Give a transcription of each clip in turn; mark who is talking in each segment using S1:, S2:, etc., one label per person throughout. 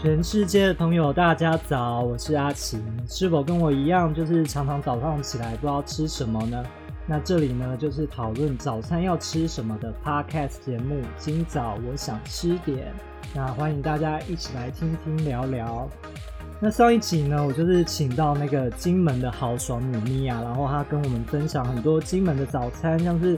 S1: 全世界的朋友，大家早，我是阿晴。是否跟我一样，就是常常早上起来不知道吃什么呢？那这里呢，就是讨论早餐要吃什么的 podcast 节目。今早我想吃点，那欢迎大家一起来听听聊聊。那上一集呢，我就是请到那个金门的豪爽女咪啊，然后她跟我们分享很多金门的早餐，像是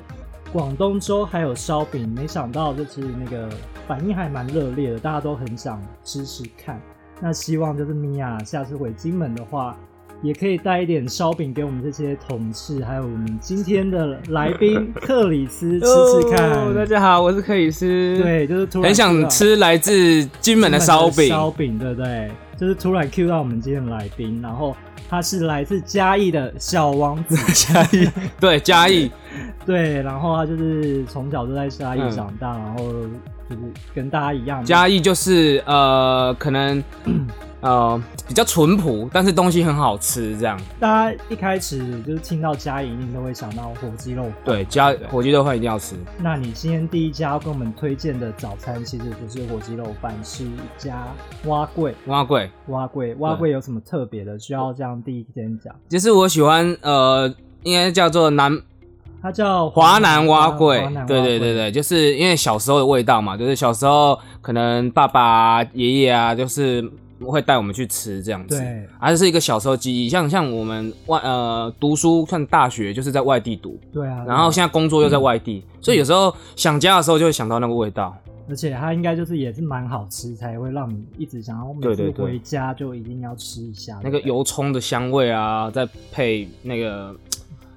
S1: 广东粥还有烧饼。没想到就是那个反应还蛮热烈的，大家都很想吃吃看。那希望就是米娅下次回金门的话，也可以带一点烧饼给我们这些同事，还有我们今天的来宾克里斯吃吃看。
S2: 大家好，我是克里斯。，
S1: 对，就是突然
S2: 很
S1: 知道
S2: 想吃来自金门的烧
S1: 金门
S2: 饼。
S1: 烧饼对不对？就是突然 Q 到我们今天的来宾，然后他是来自嘉义的小王子，
S2: 嘉义，对嘉义，
S1: 对，然后他就是从小就在嘉义
S2: 嗯
S1: 长大，然后就是跟大家一样，
S2: 嘉义就是呃，可 能呃比较淳朴，但是东西很好吃，这样。
S1: 大家一开始就是听到嘉义，一定都会想到火鸡肉。
S2: 对，嘉火鸡肉饭一定要吃。
S1: 那你今天第一家要跟我们推荐的早餐，其实不是火鸡肉饭，是一家蛙贵。
S2: 蛙贵，
S1: 蛙贵，蛙贵有什么特别的？需要这样第一天讲？
S2: 其实我喜欢呃，应该叫做南
S1: 它叫
S2: 嗯华南蛙
S1: 贵
S2: 贵，，对对对对，就是因为小时候的味道嘛，就是小时候可能爸爸、爷爷啊，就是会带我们去吃这样子。
S1: 对
S2: 啊，这是一个小时候记忆。像像我们外呃读书，算大学就是在外地读，
S1: 对啊。
S2: 然后现在工作又在外地，所以有时候想家的时候就会想到那个味道。
S1: 而且它应该就是也是蛮好吃，才会让你一直想要每
S2: 对
S1: 次
S2: 对对
S1: 回家就一定要吃一下
S2: 那个
S1: 对不嗯
S2: 油葱的香味啊，再配那个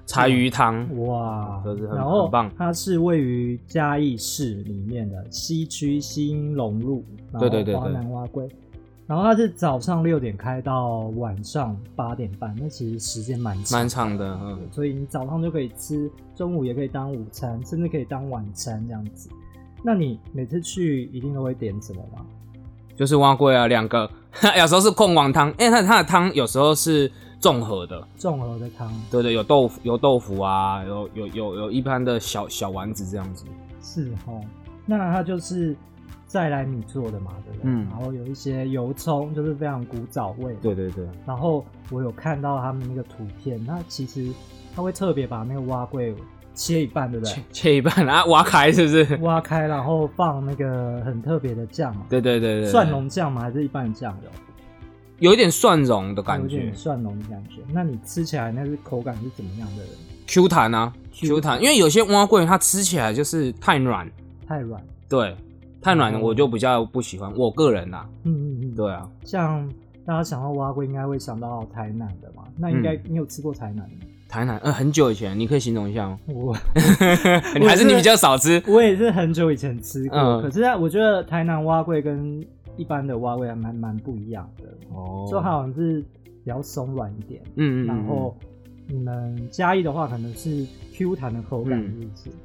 S2: 柴鱼汤，
S1: 对哇，
S2: 都是很
S1: 然后
S2: 很棒
S1: 它是位于嘉义市里面的西区新隆路，然后
S2: 对对对对
S1: 华南蛙龟。然后它是早上六点开到晚上八点半，那其实时间蛮
S2: 蛮
S1: 长，
S2: 长的。嗯，
S1: 所以你早上就可以吃，中午也可以当午餐，甚至可以当晚餐这样子。那你每次去一定都会点什么吗？
S2: 就是蛙贵啊，两个， 有时候是控网汤，因为它它的汤有时候是综合的，
S1: 综合的汤
S2: 对对，有豆腐有豆腐啊，有有有有一般的小小丸子这样子。
S1: 是哦，那它就是再来米做的嘛，对不对？
S2: 嗯
S1: 然后有一些油葱，就是非常古早味。。
S2: 对对对，
S1: 然后我有看到他们那个图片，那其实他会特别把那个蛙桂切一嗯半，对不
S2: 切
S1: 对？
S2: 切一半啊，挖开是不是？
S1: 挖开，然后放那个很特别的酱嘛，
S2: 对对对对对，
S1: 蒜蓉酱嘛，还是一般的酱油？
S2: 有一点蒜蓉的感
S1: 有点
S2: 觉
S1: 蒜蓉的感觉。那你吃起来那是口感是怎么样的？
S2: ，Q 弹啊
S1: Q
S2: ，Q 弹，因为有些蛙桂它吃起来就是太软，
S1: 太软。
S2: 对，太软
S1: 哦
S2: 我就比较不喜欢，我个人啦、
S1: 嗯嗯嗯。
S2: 对啊，
S1: 像大家想到蛙桂，应该会想到台南的嘛？那应该、
S2: 嗯
S1: 你有吃过台南吗？
S2: 台南，呃，很久以前，你可以形容一下 吗？
S1: 我。
S2: 你还是你比较少吃，
S1: 我也是很久以前吃过，
S2: 嗯
S1: 可是啊我觉得台南蛙桂跟一般的蛙桂还蛮蛮不一样的，
S2: 哦
S1: 就它好像是比较松软一点。
S2: 嗯嗯嗯，
S1: 然后你们嘉义的话，可能是 Q 弹的口感，
S2: 嗯
S1: 是不是？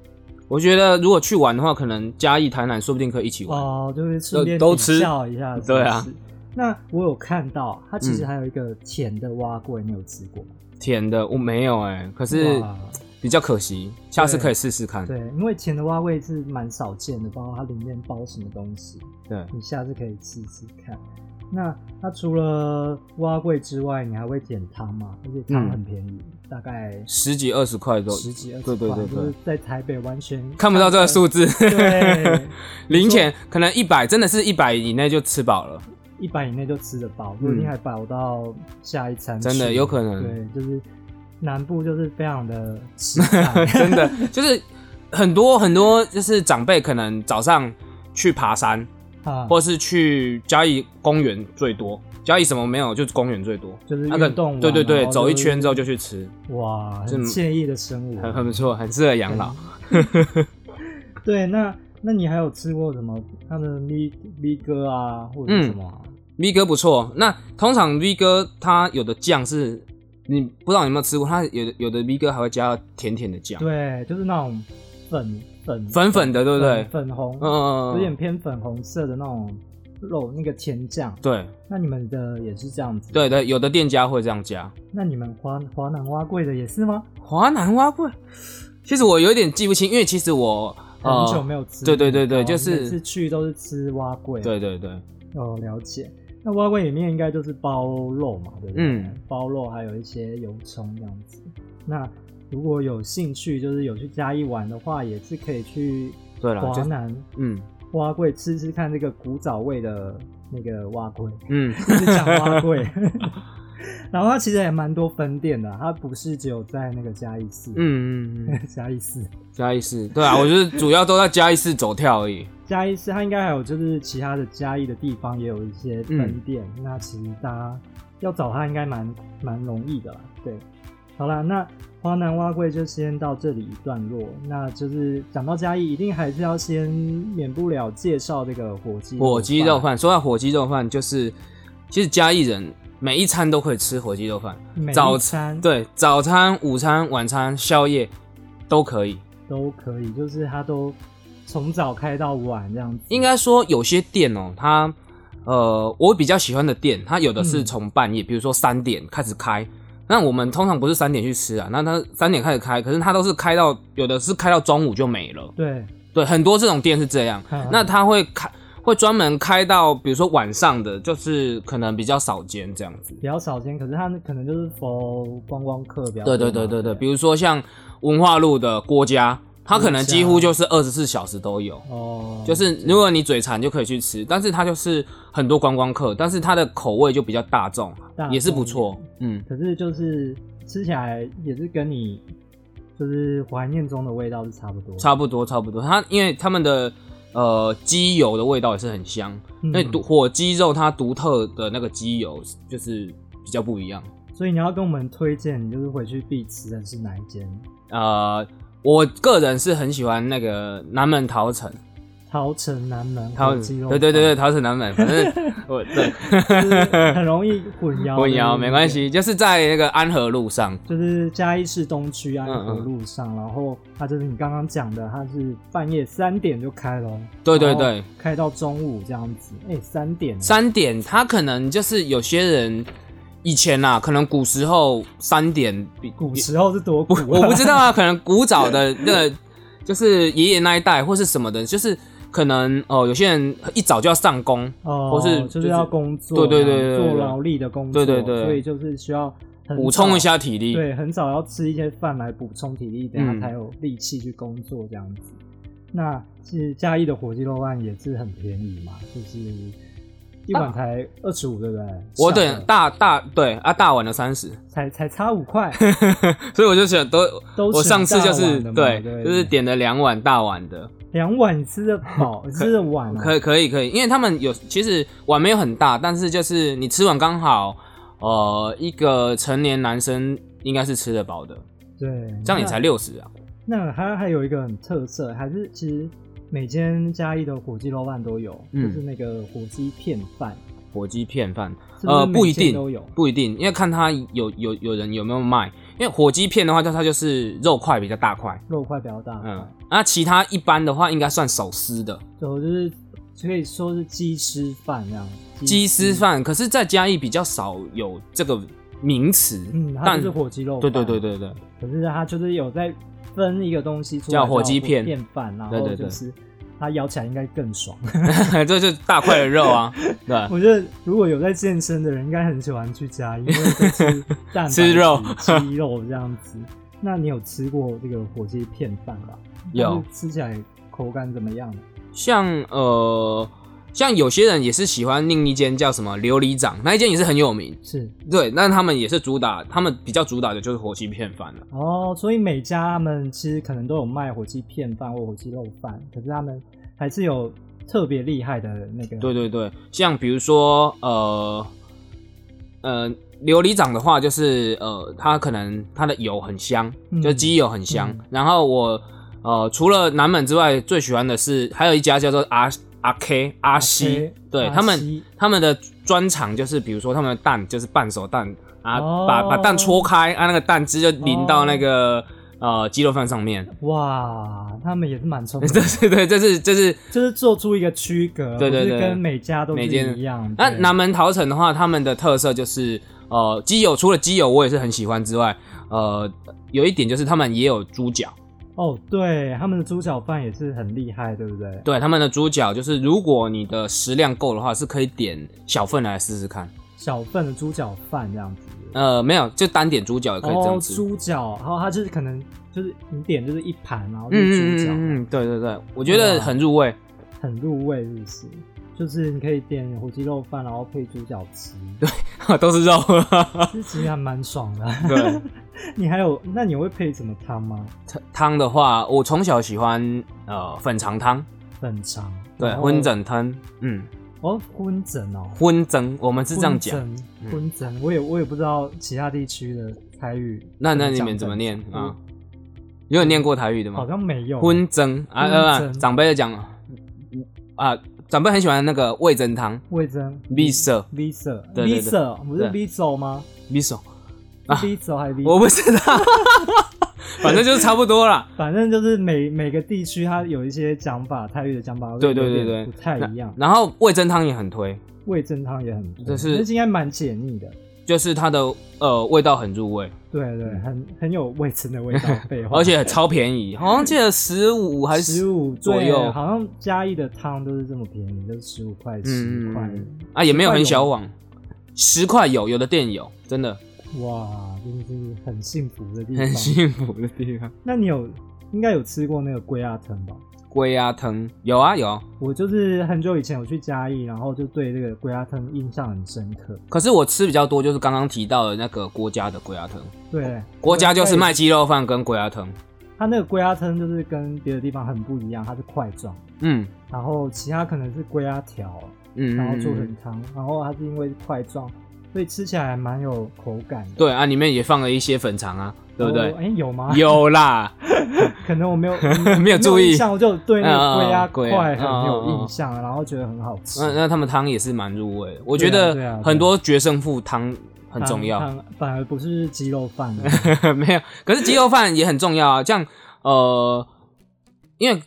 S2: 我觉得如果去玩的话，可能嘉义、台南说不定可以一起玩。
S1: 哦，就是顺便
S2: 嗯都都吃
S1: 比较一下，
S2: 对啊
S1: 是不是。那我有看到，它其实
S2: 嗯
S1: 还有一个甜的蛙桂，你有吃过吗？
S2: 甜的我没有哎、可是
S1: 哇
S2: 比较可惜，下次可以试试看。
S1: 对，因为甜的蛙桂是蛮少见的，不知道它里面包什么东西。
S2: 对，
S1: 你下次可以试试看。那它除了蛙桂之外，你还会点汤吗？而且
S2: 嗯
S1: 汤很便宜，大概
S2: 十几二十块都
S1: 十几二十块，
S2: 对对对
S1: 就
S2: 对，
S1: 是在台北完全
S2: 看不到这个数
S1: 字。
S2: 字。
S1: 对，
S2: 零钱可能一百，真的是一百以内就吃饱了。
S1: 一百以内就吃得饱，不一定还饱到下一餐
S2: 嗯
S1: 去。
S2: 真的有可能
S1: 对，就是南部就是非 常的实在
S2: 真的就是很多很多，就是长辈可能早上去爬山，
S1: 啊，
S2: 或是去嘉义公园最多。嘉义什么没有，就是公园最多。
S1: 就是
S2: 那个
S1: 运动完
S2: 对对
S1: 然
S2: 对，
S1: 后
S2: 走一
S1: 就是
S2: 圈之后就去吃，
S1: 哇，
S2: 这
S1: 很惬意的生
S2: 很
S1: 活。
S2: 很不错，很适合养老。
S1: 对，那那你还有吃过什么？他的咪咪哥啊，或者是什么啊、
S2: V 哥不错，那通常 V 哥它有的酱是，你不知道你有没有吃过，它有的有的 V 哥还会加甜甜的酱，
S1: 对，就是那种粉粉
S2: 粉粉的，对不对
S1: 粉？粉红，
S2: 嗯，
S1: 有点偏粉红色的那种肉，那个甜酱。
S2: 对
S1: 那你们的也是这样子？。
S2: 对对，有的店家会这样加。
S1: 那你们华华南蛙贵的也是吗？
S2: 华南蛙贵，其实我有点记不清，因为其实我呃
S1: 很久没有
S2: 哦
S1: 吃、
S2: 对对对对
S1: 哦
S2: 就是
S1: 每次去都是吃蛙贵。
S2: 对对对，
S1: 哦，了解。那蛙龟里面应该就是包肉嘛，对不对？
S2: 嗯
S1: 包肉还有一些油葱这样子。那如果有兴趣，就是有去嘉义玩的话，也是可以去
S2: 对啦
S1: 华
S2: 就
S1: 南
S2: 嗯
S1: 蛙桂吃吃看这个古早味的那个蛙桂，
S2: 嗯，
S1: 是讲蛙桂。 然后它其实也蛮多分店的，它不是只有在那个嘉义市，
S2: 嗯嗯嗯，
S1: 嘉义市，
S2: 嘉义市，对啊，我就是主要都在嘉义市走跳而已。
S1: 嘉义市它应该还有就是其他的嘉义的地方也有一些
S2: 嗯
S1: 分店，那其实大家要找它应该蛮蛮容易的啦。对，好啦，那华南蛙柜就先到这里一段落。那就是讲到嘉义，一定还是要先免不了介绍这个火鸡
S2: 火鸡肉
S1: 饭，
S2: 饭，说到火鸡肉饭，就是其实嘉义人每一餐都可以吃火鸡肉饭，
S1: 每一
S2: 早
S1: 餐
S2: 对，早餐、午餐、晚餐、宵夜都可以。
S1: 都可以，就是它都从早开到晚这样子。
S2: 应该说有些店哦，它呃，我比较喜欢的店，它有的是
S1: 嗯
S2: 从半夜，比如说三点开始开。那我们通常不是三点去吃啊，那它三点开始开，可是它都是开到有的是开到中午就没了。
S1: 对，
S2: 对，很多这种店是这样。
S1: 哈哈
S2: 那它会开，会专门开到，比如说晚上的，就是可能比较少见这样子。
S1: 比较少见，可是它可能就是否观光客比较
S2: 对
S1: 多
S2: 对对
S1: 嘛
S2: 对对，
S1: 不
S2: 比如说像文化路的郭家，它可能几乎就是二十四小时都有。
S1: 哦，
S2: 就是如果你嘴馋就可以去吃，但是它就是很多观光客，但是它的口味就比较大众
S1: 大，众
S2: 也是不错。嗯，
S1: 可是就是吃起来也是跟你就是怀念中的味道是差不多。
S2: 差不多差不多。它因为他们的呃鸡油的味道也是很香，
S1: 嗯
S2: 那独火鸡肉它独特的那个鸡油就是比较不一样。
S1: 所以你要跟我们推荐，你就是回去必吃的是哪一间？
S2: 呃，我个人是很喜欢那个南门桃城，
S1: 桃城南门
S2: 桃
S1: 火鸡肉，
S2: 对对对对，，桃城南门，反正我对。
S1: 就是很容易混淆。
S2: 混淆没关，系，就是在那个安和路上，
S1: 就是嘉义市东区
S2: 嗯
S1: 安和路上，然后它就是你刚刚讲的，它是半夜三点就开了，
S2: 对对
S1: 然后
S2: 对，
S1: 开到中午这样子。哎，三点，
S2: 三点，他可能就是有些人以前呐、啊，可能古时候三点比
S1: 古时候是多古
S2: 不
S1: 啊？
S2: 我不知道啊，可能古早的那个就是爷爷那一代或是什么的，就是可能哦、有些人一早就要上工，
S1: 哦，
S2: 或是
S1: 就
S2: 就是是
S1: 要工作，啊
S2: 对对对对对
S1: 做劳力的工作，
S2: 对对对
S1: 所以就是需要很
S2: 补充一
S1: 早，
S2: 下体力。
S1: 对， 很早要吃一些饭来补充体力，等下
S2: 嗯
S1: 才有力气去工作这样子。那其实嘉义的火鸡肉饭也是很便宜嘛，就是一碗才二十五，对不对？
S2: 啊我
S1: 小的
S2: 等大大对啊，大碗的三十，
S1: 才才差五块，
S2: 所以我就想都，
S1: 都
S2: 我
S1: 选
S2: 上次就
S1: 大
S2: 是
S1: 碗的嘛
S2: 对，
S1: 对
S2: 就是点了两碗大碗的，
S1: 两碗你吃的饱，吃的碗啊
S2: 可以可以可以，因为他们有其实碗没有很大，但是就是你吃完刚好，呃，一个成年男生应该是吃得饱的，
S1: 对，
S2: 这样也
S1: 那
S2: 才六十啊。
S1: 那它还有一个很特色，还是其实每间嘉义的火鸡肉饭都有，
S2: 嗯
S1: 就是那个火鸡片饭，
S2: 火鸡片饭，
S1: 是
S2: 呃，
S1: 是
S2: 不
S1: 每
S2: 一
S1: 间
S2: 定
S1: 都有，
S2: 不一定，因为看他有有有人有没有卖。因为火鸡片的话，就它就是肉块比较大块，
S1: 肉块比较大，
S2: 嗯，那其他一般的话应该算手撕的
S1: 最后就是可以说是鸡丝饭这样，
S2: 鸡
S1: 嗯
S2: 丝，饭，可是在嘉义比较少有这个名词，
S1: 嗯，它
S2: 但
S1: 就是火鸡肉，
S2: 对对对，对对，
S1: 可是它就是有在分一个东西出来
S2: 叫火鸡片
S1: 片饭，然
S2: 对
S1: 后
S2: 对对
S1: 就是它咬起来应该更爽。
S2: 这就是大块的肉 啊， 对，
S1: 我觉得如果有在健身的人，应该很喜欢去嘉义，因为都吃蛋白质
S2: 吃 肉
S1: 鸡肉这样子。那你有吃过这个火鸡片饭吧？
S2: 有
S1: 就是吃起来口感怎么样？
S2: 像呃，像有些人也是喜欢另一间叫什么琉璃掌，那一间也是很有名。
S1: 是
S2: 对，那他们也是主打，他们比较主打的就是火鸡片饭了。
S1: 哦，所以每家他们其实可能都有卖火鸡片饭或火鸡肉饭，可是他们还是有特别厉害的那个。
S2: 对对对，像比如说呃呃琉璃掌的话，就是呃它可能它的油很香，
S1: 嗯
S2: 就鸡油很香。
S1: 嗯
S2: 然后我呃除了南门之外，最喜欢的是还有一家叫做 R R K 阿西
S1: RK，，
S2: 对
S1: 阿
S2: 他们
S1: 西
S2: 他们的专长就是，比如说他们的蛋就是半熟蛋啊，
S1: 哦
S2: 把把蛋搓开，啊那个蛋汁就淋到那个、
S1: 哦
S2: 呃鸡肉饭上面。
S1: 哇，他们也是蛮聪明
S2: 这
S1: 的，
S2: 是对，这是这是
S1: 就是做出一个区隔，
S2: 对对
S1: 不是
S2: 对
S1: 跟每家都是
S2: 每间
S1: 一样。
S2: 那
S1: 对
S2: 南门桃城的话，他们的特色就是呃鸡油，除了鸡油我也是很喜欢之外，呃有一点就是他们也有猪脚，
S1: 哦，对，他们的猪脚饭也是很厉害，对不对？
S2: 对，他们的猪脚就是，如果你的食量够的话，是可以点小份来试试看。
S1: 小份的猪脚饭这样子。
S2: 呃，没有，就单点猪脚也可以这样
S1: 哦，
S2: 吃。
S1: 猪脚，然后它就是可能就是你点就是一盘，然后就是
S2: 嗯
S1: 猪
S2: 嗯
S1: 脚，
S2: 嗯嗯，对对对，我觉得很入味。
S1: 很入味，是不是？就是你可以点火鸡肉饭，然后配猪脚汁，
S2: 都是肉。
S1: 这其实还蛮爽的。 啊
S2: 对，
S1: 你还有，那你会配什么汤吗？
S2: 汤的话，我从小喜欢呃粉肠汤，
S1: 粉肠，
S2: 对，
S1: 然后
S2: 荤。整汤，嗯，
S1: 哦，荤整哦，
S2: 荤整，我们是这样讲。
S1: 荤
S2: 嗯
S1: 整。荤整，我也我也不知道其他地区的台语。
S2: 那那你们怎么念
S1: 讲
S2: 啊？你有念过台语的
S1: 好
S2: 吗？
S1: 像没有。欸
S2: 荤蒸啊，
S1: 荤
S2: 呃，
S1: 蒸
S2: 长辈在讲啊，长辈很喜欢那个味增汤
S1: 味增。
S2: ，Visa
S1: Visa
S2: 对对对
S1: Visa 不
S2: 对
S1: 是 Visa 吗
S2: Visa，
S1: ？Visa 还是 Visa？
S2: 我不 知道，反正就是差不多啦。
S1: 反正就是每每个地区它有一些讲法，泰语的讲法
S2: 对对
S1: 有
S2: 对对，
S1: 点不太一样。
S2: 然后味增汤也很推，
S1: 味噌汤也很多，
S2: 这是
S1: 那应该蛮解腻的。
S2: 就是它的呃味道很入味，
S1: 对对，很很有味噌的味道。 废
S2: 嗯
S1: 话，
S2: 而且超便宜，好像记得十五还是
S1: 哦十五
S2: 左右
S1: 好像嘉义的汤都是这么便宜，就是十五块、十
S2: 嗯
S1: 块。
S2: 啊，也没有
S1: 10块有
S2: 很
S1: 吗
S2: 小网，十块有，有的店有，真的
S1: 哇，真是很幸福的地方。
S2: 很幸福的地方。
S1: 那你有应该有吃过那个龟鸭汤吧？
S2: 龟鸭汤有啊有，
S1: 我就是很久以前我去嘉义，然后就对这个龟鸭汤印象很深刻。
S2: 可是我吃比较多就是刚刚提到的那个郭家的龟鸭汤，
S1: 对，
S2: 郭家就是卖鸡肉饭跟龟啊鸭汤，
S1: 它那个龟鸭汤就是跟别的地方很不一样，它是块状，
S2: 嗯
S1: 然后其他可能是龟鸭条，
S2: 嗯，
S1: 然后做
S2: 嗯
S1: 成汤，然后它是因为是块状，所以吃起来还蛮有口感的，
S2: 对啊，里面也放了一些粉肠啊，对不对
S1: 哦？哎、有吗？，
S2: 有啦，
S1: 可能我 没有
S2: 没有注意
S1: 印象，我就对那个龟
S2: 嗯嗯
S1: 鸭
S2: 嗯龟鸭
S1: 块很有印象，然后觉得很好吃。
S2: 那那他们汤也是蛮入味的，我觉
S1: 对啊对啊对
S2: 得
S1: 啊
S2: 很多决胜负汤很重要。
S1: 反，反反而不是鸡肉饭。
S2: 没有，可是鸡肉饭也很重要啊。像呃，因为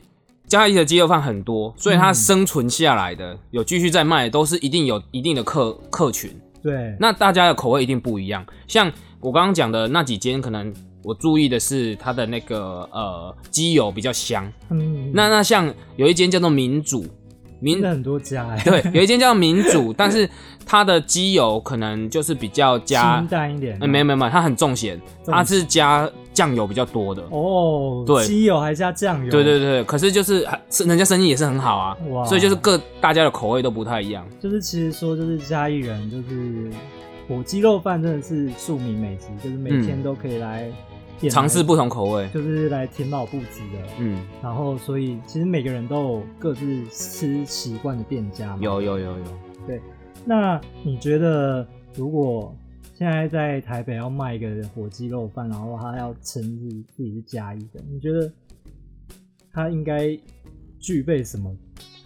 S2: 嘉义的鸡肉饭很多，所以它
S1: 嗯
S2: 生存下来的、有继续在卖的，都是一定有一定的客客群。
S1: 对，
S2: 那大家的口味一定不一样。像我刚刚讲的那几间，可能我注意的是它的那个呃鸡油比较香。
S1: 嗯，
S2: 那那像有一间叫做民主，民
S1: 真的很多家哎、
S2: 对，有一间叫民主，但是它的鸡油可能就是比较加
S1: 清淡一点。
S2: 呃，没有没有没有，它很重咸，
S1: 重
S2: 它是加酱油比较多的。
S1: 哦，
S2: 对
S1: 鸡油还加酱油，
S2: 对对对，可是就是还是人家生意也是很好啊
S1: 哇，
S2: 所以就是各大家的口味都不太一样。
S1: 就是其实说就是嘉义人就是火鸡肉饭真的是庶民美食，就是每天都可以来点来
S2: 尝试不同口味。
S1: 啊就是来填饱肚子的。
S2: 嗯，
S1: 然后所以其实每个人都有各自吃习惯的店家嘛。
S2: 有有有有，
S1: 那你觉得如果现在在台北要卖一个火鸡肉饭，然后他要称自己自己是嘉义的，你觉得他应该具备什么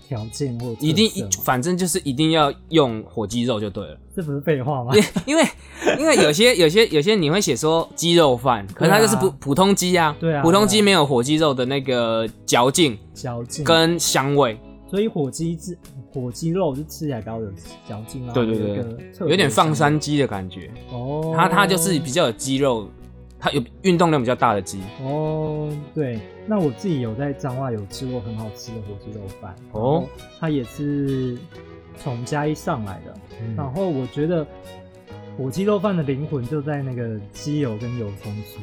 S1: 条件或特
S2: 一定
S1: 色吗
S2: 反正就是一定要用火鸡肉就对 了，
S1: 这不是废话 吗？
S2: 因为因为有些有些有些你会写说鸡肉饭，可是它就是
S1: 对
S2: 普
S1: 啊
S2: 普通鸡啊，
S1: 对啊
S2: 普通
S1: 对
S2: 鸡
S1: 啊
S2: 没有火鸡肉的那个嚼劲
S1: 嚼劲
S2: 跟香味，
S1: 所以火鸡吃火鸡肉就吃起来比较有嚼劲啊，
S2: 对对
S1: 有一
S2: 对
S1: 个特别
S2: 有点放
S1: 香
S2: 山鸡的感觉。
S1: 哦。
S2: 它它就是比较有肌肉，它有运动量比较大的鸡。
S1: 哦，对，那我自己有在彰化有吃过很好吃的火鸡肉饭
S2: 哦，
S1: 然后它也是从嘉义上来的，
S2: 嗯
S1: 然后我觉得火鸡肉饭的灵魂就在那个鸡油跟油葱酥，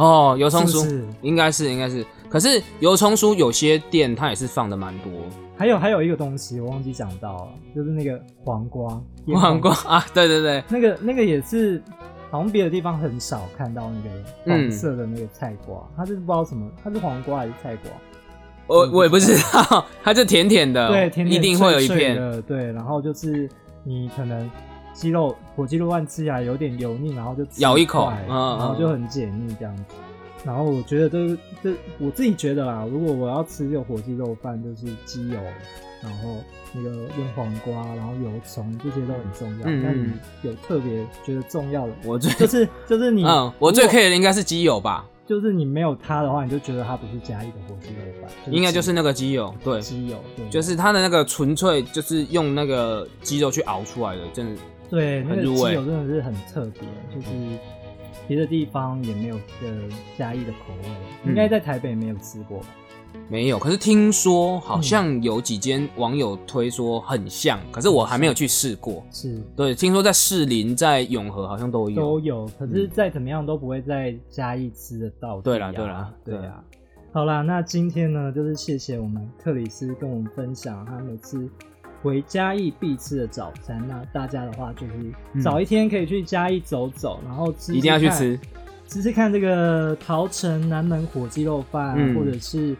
S2: 哦，油葱酥
S1: 是不是
S2: 应该是应该是，可是油葱酥有些店它也是放的蛮多，
S1: 还有还有一个东西我忘记讲到了，就是那个黄瓜，腌
S2: 黄瓜啊，对对对，
S1: 那个那个也是，好像别的地方很少看到那个
S2: 嗯
S1: 黄色的那个菜瓜，它是不知道什么，它是黄瓜还是菜瓜？
S2: 我我也不知道， 它就甜甜的，
S1: 对，甜甜
S2: 一定会有一
S1: 脆脆
S2: 片，
S1: 的，对，然后就是你可能鸡肉火鸡肉饭吃起来有点油腻，然后就吃
S2: 咬一口
S1: 块
S2: 嗯嗯
S1: 然后就很解腻这样子。然后我觉得这这我自己觉得啦，如果我要吃这个火鸡肉饭，就是鸡油，然后那个腌黄瓜，然后油葱这些都很重要。
S2: 嗯
S1: 那你
S2: 嗯
S1: 有特别觉得重要的
S2: 我最
S1: 就是就是你，
S2: 嗯，我最 care 的应该是鸡油吧，
S1: 就是你没有它的话，你就觉得它不是嘉义的火鸡肉饭，
S2: 应该就是那个鸡油，对，
S1: 鸡油，对，
S2: 就是它的那个纯粹就是用那个鸡肉去熬出来的，真的，
S1: 对那
S2: 很
S1: 个
S2: 入
S1: 鸡
S2: 味
S1: 油真的是很特别，就是别的地方也没有这个嘉义的口味，
S2: 嗯
S1: 应该在台北没有吃过吧。
S2: 没有，可是听说好像有几间网友推说很像，可是我还没有去试过。
S1: 是
S2: 对，听说在士林、在永和好像都有。
S1: 都有，可是再怎么样都不会在嘉义吃得到、
S2: 对啦对啦
S1: 对
S2: 对
S1: 啊。好啦，那今天呢，就是谢谢我们克里斯跟我们分享他每次回嘉义必吃的早餐。那大家的话就是
S2: 嗯
S1: 早一天可以去嘉义走走，然后吃吃
S2: 一定要去
S1: 看
S2: 吃，
S1: 吃吃看这个桃城南门火鸡肉饭，
S2: 嗯
S1: 或者是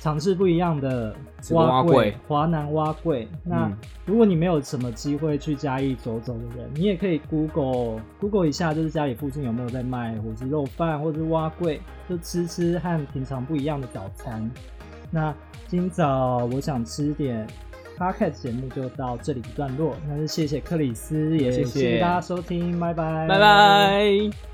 S1: 尝试不一样的
S2: 吃个蛙
S1: 桂
S2: 粿
S1: 华南蛙桂。那、
S2: 嗯
S1: 如果你没有什么机会去嘉义走走的人，你也可以 Google Google 一下，就是家里附近有没有在卖火鸡肉饭或者是蛙桂，就吃吃和平常不一样的早餐。那今早我想吃点 podcast 节目就到这里一段落，那就谢谢克里斯，也
S2: 谢谢
S1: 谢大家收听，拜拜，
S2: 拜拜。